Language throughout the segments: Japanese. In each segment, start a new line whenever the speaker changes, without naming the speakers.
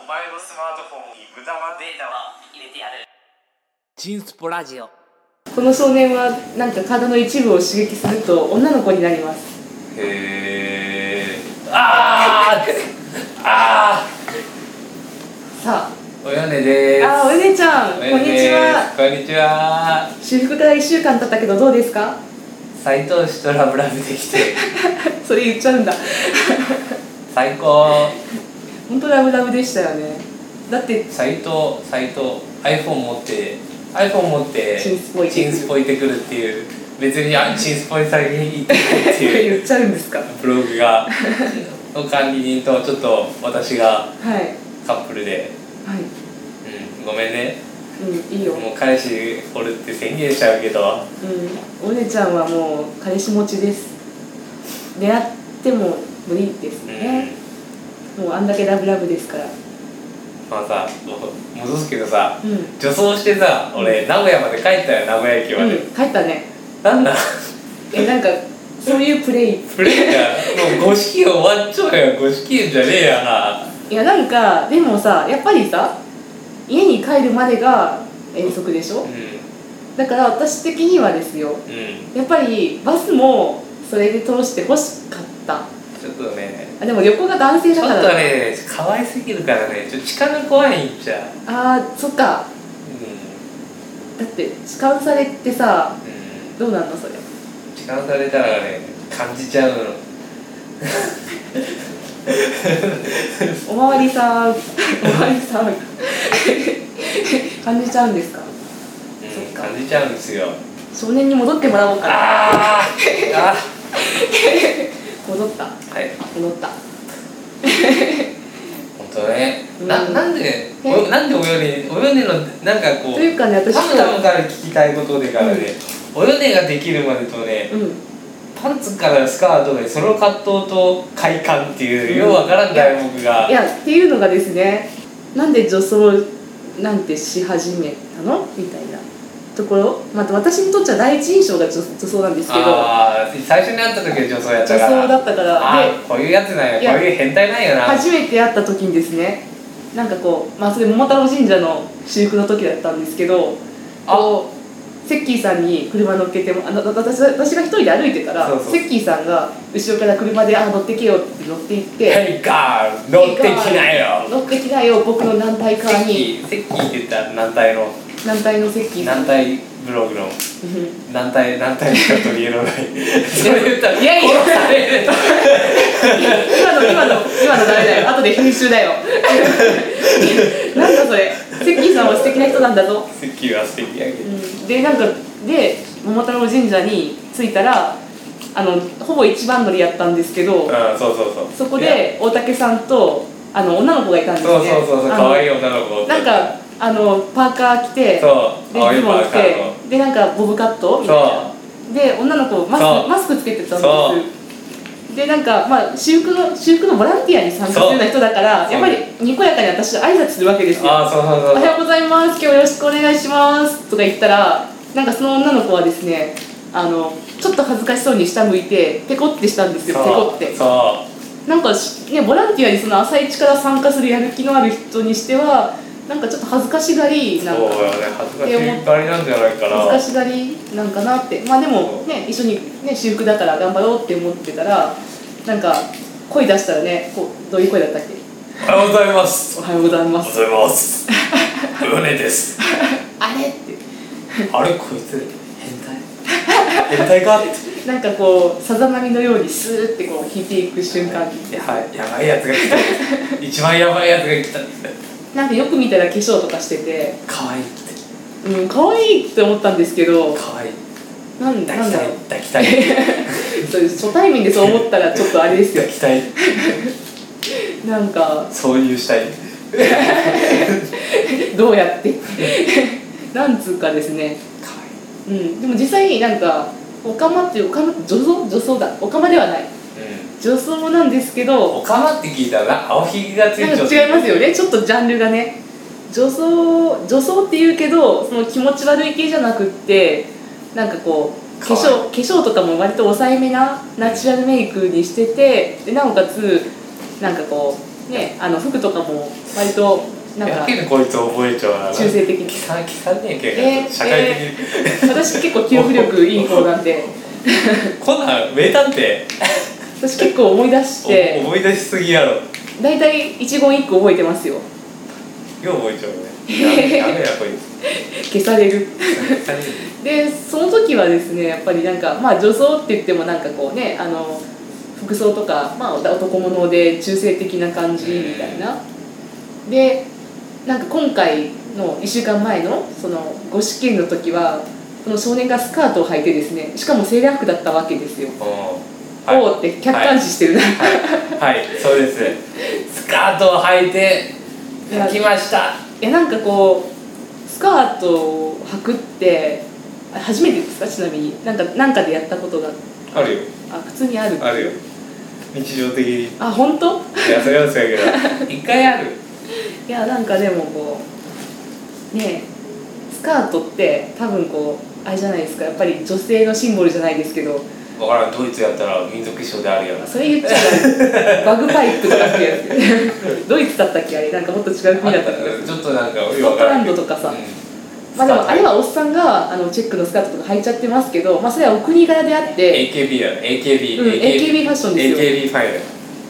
お前のスマートフォンに無駄なデータは入れてやる
チンスポラジオ
この少年はなんか体の一部を刺激すると女の子になります
へー
ああ
さ
およねで
あ
す
あーお姉ちゃん
お
こん
よね
に
で
ち
す
は
こんにちは
修復から1週間経ったけどどうですか
斎藤氏とラブラブできて
それ言っちゃうんだ
最高
本当ラブラブでしたよねだって
斎藤斎藤 iPhone 持って iPhone 持って
チンスポ行ってくる
チンスポ行ってくるっていう別にあチンスポに先に行ってくるってい う
言っちゃうんですかは
ブログがの管理人とちょっと私が
いはい
カップルで、うん、ごめんね
うんいいよ、
もう彼氏おるって宣言しちゃうけど
うん、お姉ちゃんはもう彼氏持ちです出会っても無理です
うん、
ね、もうあんだけラブラブですから
まあさ戻すけどさ
うん、
女装してさ俺名古屋まで帰ったよ名古屋駅まで、
うん、帰ったね
なんだ
えなんかそういうプレイ
プレイがもう五色終わっちゃうよ五色園じゃねえやない
やなんかでもさやっぱりさ家に帰るまでが遠足でしょ
う
だから私的にはですよ
んうん
やっぱりバスもそれで通して欲しかった
ちょっとね
あでも横が男性
ち
だ
ょ
か
っ
ら
とね可愛すぎるからねちょっと痴漢が怖いんじゃう
あーそっか
う
だって痴漢されてさ
ん、うん、
どうなんのそれ
痴漢されたらね感じちゃうの
おまわり さんおまわりさん感じちゃうんですかそっ
うん
か
感じちゃうんですよ
少年に戻ってもらおうかな
あ ーあ
戻った
はい
戻った
本当ね、
うん
ななんで
え
おなんでおよねおよねのなんかことう
いうかね私
パムタム
今
から聞きたいことでからね、およねができるまでとね
日うん
パンツからスカートまでその葛藤と快感っていう、ようわからん題目が
いやっていうのがですねなんで女装なんてし始めたのみたいなところまた私にとっちゃ第一印象が女女装なんですけど女
あー最初に会った時は女装やったから
装だったから
あ
で
ーこういうやつなん
い
や
や
こういう変態なんやな
初めて会った時にですねなんかこうまあそれ桃太郎神社の修復の時だったんですけど
あ
こうセッキーさんに車乗っけてもあの私私が一人で歩いてたら
そうそう
セッキーさんが後ろから車で「あ乗ってけよ」って乗っていって
ヘイガール 乗ってきな
「
よ
乗ってきなよ僕の軟体
セ
側
ッキ
に」
ーセッキーって言ったら軟体の
軟体のセッキーさ
軟
ん
体ブログの
うん
軟体軟体しか取り入れないそれ言ったら
いやいや
殺される
今の今の今のダメだよ後で編集だよなんだそれセッキーさんは素敵な人なんだぞ、
セッキーは素敵やけど
うん、でなんかで桃太郎神社に着いたらあのほぼ一番乗りやったんですけど
うんそうそうそう
そこ
いや
で大竹さんとあの女の子がいたんですね
そうそうそうそう
あの
可愛い女の子
なんかあのパーカー着て
そう
で
可愛い
ズボ
パ
ン着
ーカーの
てでなんかボブカットみたいな
そ
で女の子マス
そう
クマスクつけてたん
そ
ですでなんかまあ修復の修復のボランティアに参加するような人だから
そう
やっぱりにこやかに私挨拶するわけですよ「
ああそう
お
そう
は
そう
ようございます今日よろしくお願いします」とか言ったらなんかその女の子はですねあのちょっと恥ずかしそうに下向いてペコってしたんですよペコって
そう
なんかしねボランティアにその朝一から参加するやる気のある人にしてはなんかちょっと恥ずかしがり
そう
なん
そう
か
よね恥ずかしいばりなんじゃないかな
恥ずかしがりなんかなってまあでもね一緒にね修復だから頑張ろうって思ってたらなんか声出したらねこうどういう声だったっけ
おはようございます
おはようございま
おは
す
ようございますうねです
あれって
あれこいつ変態変態かって
なんかこうさざ波のようにスーってこう引いていく瞬間
やばいやばいやつが来た一番やばいやつが来た
なんかよく見たら化粧とかしてて
可愛いって
うん可愛いって思ったんですけど
可愛い
なんな
抱
ん
き
だ
たい
ろう
抱きたい
そう初対面でそう思ったらちょっとあれですよ
抱きたい
なんか
挿入したい
どうやって なんつうかですね
可愛
うん、でも実際になんかオカマっていうオカマ女装女装だオカマではない
いうん
女装なんですけど
おかまって聞いたらな青ひげがつい
なん
ちゃ
か
う
違いますよねちょっとジャンルがね女装女装っていうけどその気持ち悪い系じゃなくってなんかこう
か
化
わいい
粧化粧とかも割と抑えめなナチュラルメイクにしててでなおかつなんかこうねあの服とかも割となん
や
か
けどこいつ覚えちゃうな
中性的に
きさきさねえけ
えー
ど社会的に、
私結構記憶力いい方なんで
こんなん名探偵
私結構思い出して
お思い出しすぎやろよ
大体一言一句覚えてますよ
う覚えちゃうねやめやめやこい
消される
つ
でその時はですねやっぱりなんかまあ女装って言ってもなんかこうねあの服装とか、まあ、男物で中性的な感じみたいなでなんか今回の1週間前のそのご試験の時はその少年がスカートを履いてですねしかもセーラー服だったわけですよ、
うんはい
おおって客観視してるな、
はい、はい、そうですスカートを履いて
いや
来ました
えなんかこうスカートを履くってあ初めてですかちなみになんかなんかでやったことが
あるよ
あ普通にある
あるよ日常的にい
あ本当
やそれはそうやけど一回ある
いやなんかでもこうねえスカートって多分こうあれじゃないですかやっぱり女性のシンボルじゃないですけど
わからんドイツやったら民族衣装であるよな
それ言っちゃうバグパイプとかってやつドイツだったっけあれなんかもっと違う国だったっけ
ちょっとなんかよ
ス
く
コッ
わ
ト
から
ラ
ん
ン
け
ド
ど
とかさ、
うん
まあでもあれはおっさんがあのチェックのスカートとか履いちゃってますけど、まあ、それはお国柄であって、
AKB だね AKB、
うん AKB ファッションですよ
AKB ファイル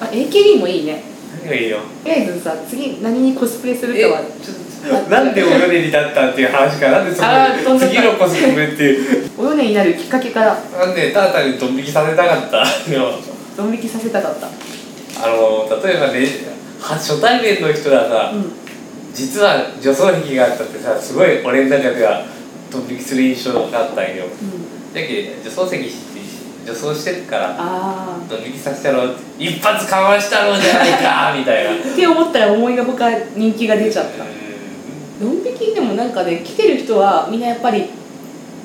あ、AKB もいいね
何がいいよ
とりあえずさ次何にコスプレするかは
えなんでおよねになったっていう話からなんでそ
あー飛
こ
んじゃっ
で
た
次のコスプレっていう
およねになるきっかけから
なんでただ単にドン引きさせたかったでも
ドン引きさせたかった、
あの例えばねは初対面の人がさ、
うん、
実は女装癖があったってさすごい俺の中ではドン引きする印象があったんよだけど女装席し女装してるから
ああ
ドン引きさせたろ一発かましたろじゃないかみたいな
って思ったら思いのほか人気が出ちゃった
う
ドン引きでもなんかね来てる人はみんなやっぱり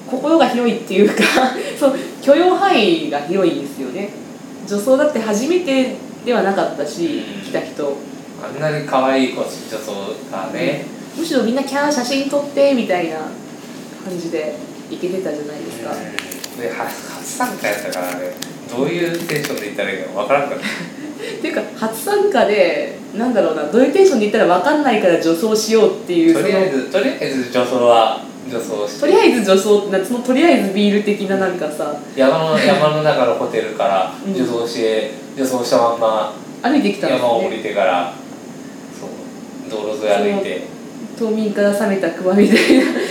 心が広いっていうか そう許容範囲が広いんですよね女装だって初めてではなかったし
うん
来た人
んあんなに可愛い子女装がね、
むしろみんなキャー写真撮ってみたいな感じでいけてたじゃないですか、
うんでは初参加やったからねどういうテンションで行ったらいいか分からんかった
っていうか初参加でなんだろうなどういうテンションでいったら分かんないから女装しようっていう
とりあえ
その
ずとりあえず女装は女装して
とりあえず女装夏のとりあえずビール的ななんかさ
山の山の中のホテルから
うん
女装して、女装したまんま
歩いてきたんです
山を降
ね
りてからそう道路沿い歩いて
冬眠から覚めたクマみたいななんか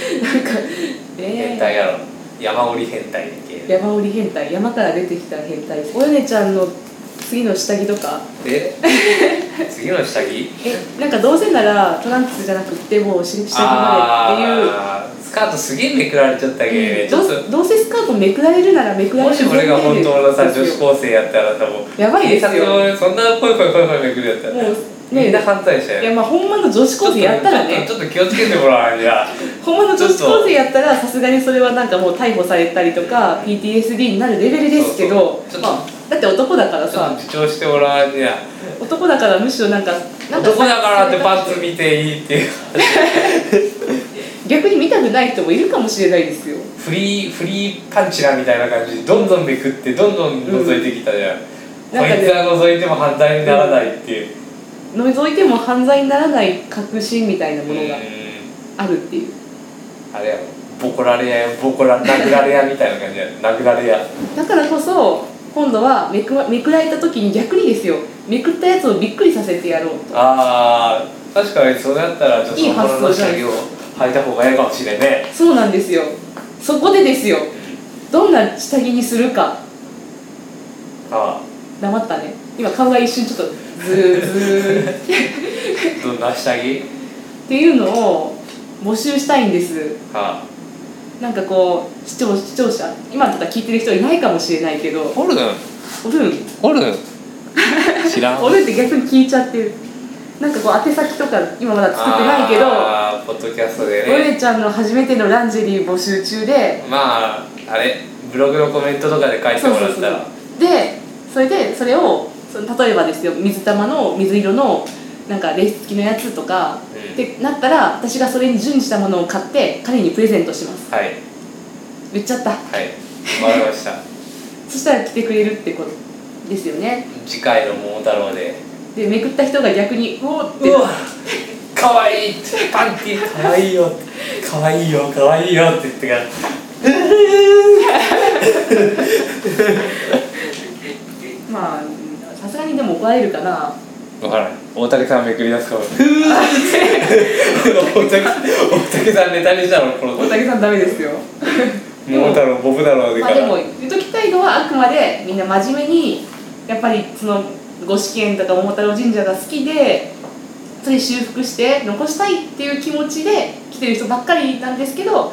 変
え
態やろ山降り変態
ー、
系
山折り変態山から出てきた変態およねちゃんの次の下着とか
で次の下着
えなんかどうせならトランクスじゃなくってもうし下着までっていう
あースカートすげえめくられちゃったけどね、ち
ど
ょ
う
っ
せどうせスカートめくられるならめ
と
くられ
も
る
し俺が本当のさ
前提
女
で
子高生やったら多分
やばいですよ
そんなぽいぽいぽいぽいめくるやったら
もうね
みんな反対したよ
いやまあほんまの女子高生やったらね
ちょっとちょっと気をつけてもらわんじゃ
ほんまの女子高生やったらさすがにそれはなんかもう逮捕されたりとか PTSD になるレベルですけど
そうそうちょっと
まあ、だって男だか
ちょ
ら
っと
さ
自重してもらわんじゃ
男だからむしろなんかなん
男だからってパンツ見ていいっていう
逆に見たくない人もいるかもしれないですよ
フリーフリーパンチラみたいな感じでどんどんめくってどんどん覗いてきたじゃん、
な
こ
んかね
いつは覗いても犯罪にならないっていう、
覗いても犯罪にならない確信みたいなも
う
の
ん
があるっていう
あれやボコられやボコら殴られやみたいな感じや殴られや
だからこそ今度はめくわめくられた時に逆にですよめくったやつをびっくりさせてやろうと
あー確かにそうやったらちょっと
いい発想
の
じゃない
を履いた方がいいかもしれんね
そうなんですよそこでですよどんな下着にするか
あ
黙ったね今顔が一瞬ちょっとズーズーっ
あどんな下着
ていうのを募集したいんです
あ
なんかこう視聴視聴者今とか聞いてる人いないかもしれないけど
ホルン
おるん
ホ ルン知らん
おるんって逆に聞いちゃってるなんかこう宛先とか今まだ作ってないけど
あーポッドキャストで
お
ね
姉ちゃんの初めてのランジェリー募集中で
まああれブログのコメントとかで書いて
そう
も
そ
ら
う
っ
そ
たら
うでそれでそれをその例えばですよ水玉の水色のなんかレース付きのやつとか、
うん
ってなったら私がそれに準じたものを買って彼にプレゼントします
はい
言っちゃった
はいわかりました
そしたら来てくれるってことですよね
次回の「桃太郎」で
でめくった人が逆に「うおっ!」って
うわかわいいってパンティーかわいいよってかわいいよかわいいよって言ってから
まあさすがにでも怒られるかな
分からない大竹さんめくり出すからふーって大竹大竹さんネタにしたのこの
大竹さんダメですよ
桃太郎ボブ太郎で
ま
か
あ
ら
でも言うときたいのはあくまでみんな真面目にやっぱりその五色園とか桃太郎神社が好きでそれ修復して残したいっていう気持ちで来てる人ばっかりなんですけど、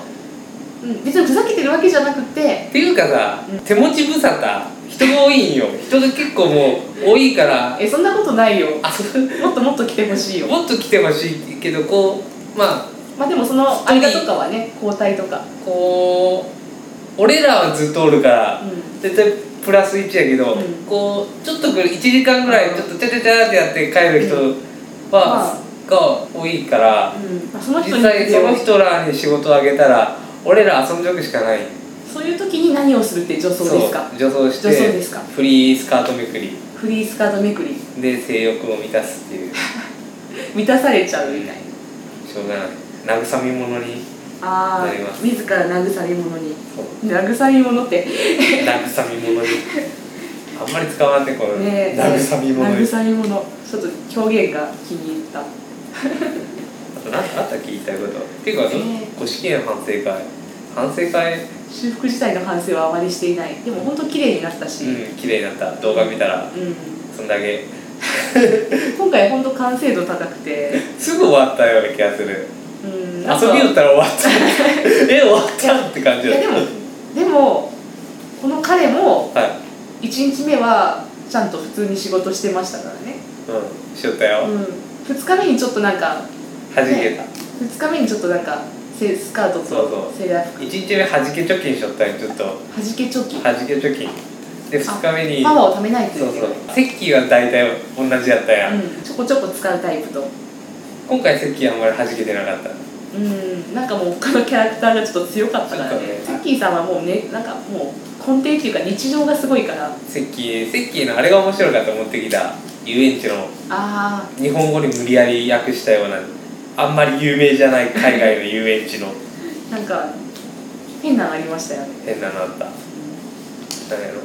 うん、別にふざけてるわけじゃなくて
っていうかさ手持ち無沙汰人が多いんよ人が結構もう多いから
えそんなことないよ
あそう
もっともっと来てほしいよ
もっと来てほしいけどこうまあ
まあでもその間とかはね交代とか、
こう俺らはずっとおるから、
うん
絶対プラス1やけど、
うん
こうちょっとこれ1時間ぐらいちょっとチャチャチャってやって帰る人は、が多いから、
うんまあ、その人
実
に
際その人らに仕事をあげたら俺ら遊んじおくしかない
そういう時に何をするって女装ですか
そう女装して
女装ですか
フリースカートめくり
フリースカートめくり
で性欲を満たすっていう
満たされちゃうみたいな
しょうがない慰み者に
ああ
なります
自ら慰め者に
そう
慰め者って
慰み 者にあんまり使わんねこの、
ねえ
慰み者に
慰め者ちょっと表現が気に入った
あと何かあった聞いたいことっていうかそ
えー
五色園反省会反省会
修復自体の反省はあまりしていないでも本当綺麗になったし、うん
うん綺麗になった動画見たらそんだけ
今回本当完成度高くて、
すぐ終わったような気がする
うん、遊
遊びよったら終わった え終わったって感じ
い
だ
や
っ
で
た
もでもこの彼も
はい
1日目はちゃんと普通に仕事してましたからね、
うんしよったよ、
うん、2日目にちょっとなんか
弾けた
2日目にちょっとなんかせスカート
そう
と
そう
セーラー服
1日目弾け貯金しよったよちょっと
はじけチョキ
弾け貯金で2日目に
パワーを貯めないとい
そう
け
そ
な
う
い
セッキーは大体同じやったやん、
うん、ちょこちょこ使うタイプと
今回セッキーはあんまり弾けてなかった
うんなんかもう他のキャラクターがちょっと強かったから
そうだ
ね
ね
さっきーさんはもうねなんかもう根底っていうか日常がすごいからあ
セッキーセッキーのあれが面白かった持ってきた遊園地の
あ
日本語に無理やり訳したようなあんまり有名じゃない海外の遊園地の
ーなんか変なのありましたよね
変なのあった何やろ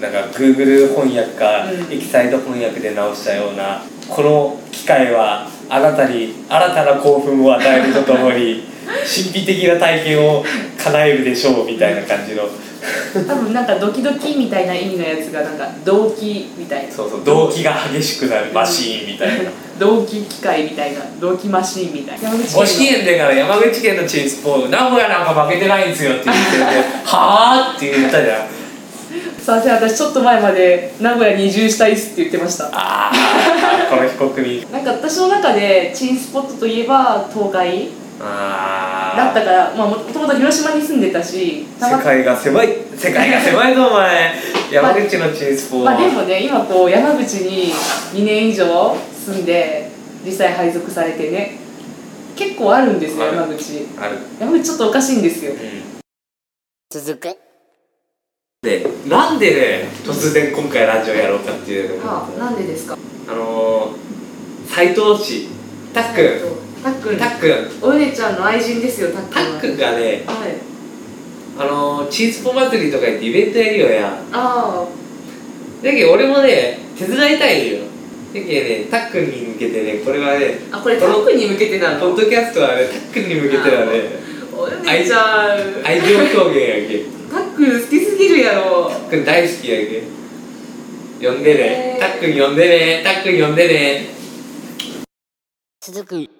なんか Google 翻訳か、
うん
エキサイト翻訳で直したようなこの機会はあなたに新たな興奮を与えるとともに神秘的な体験を叶えるでしょうみたいな感じの
多分なんかドキドキみたいな意味のやつがなんか動機みたいな
そうそう動機が激しくなるマシーンみたいな。
動機機械みたいな動機マシーンみたいな山 口
五色
県
園だから山口県のチーズポー名古屋なんか負けてないんですよって言っててはあって言ったじゃん
のすいません私ちょっと前まで名古屋に移住したいっすって言ってました
ああこの被告人
なんか私の中でチンスポットといえば東海
ああ
だったからまあもともと広島に住んでたしたま
世界が狭い世界が狭いぞお前山口のチーズポー
まあでもね今こう山口に2年以上住んで実際配属されてね結構あるんですよ
ある
山口
ある
山口ちょっとおかしいんですよ
続く
でなんでね突然今回ラジオやろうかっていうの
はあなんでですか
あのー、斎藤氏タッ
えっ
ク
とたっくん
タック
お姉ちゃんの愛人ですよたっくん
タッ
は
クがね
はい
あのー、チーズポ祭りとか言ってイベントやるよや
あ
だけど俺もね手伝いたいのよだけどねたっくんに向けてねこれはね
ああこれたっくんに向けてな
ポ
の
ッドキャストはねたっくんに向けてはね
お姉ちゃん
愛情表現やけ
たっくん好きすぎるやろ
たっくん大好きやけ呼んでね
えー
그 たっくん呼んでねたっくん呼んでね
続く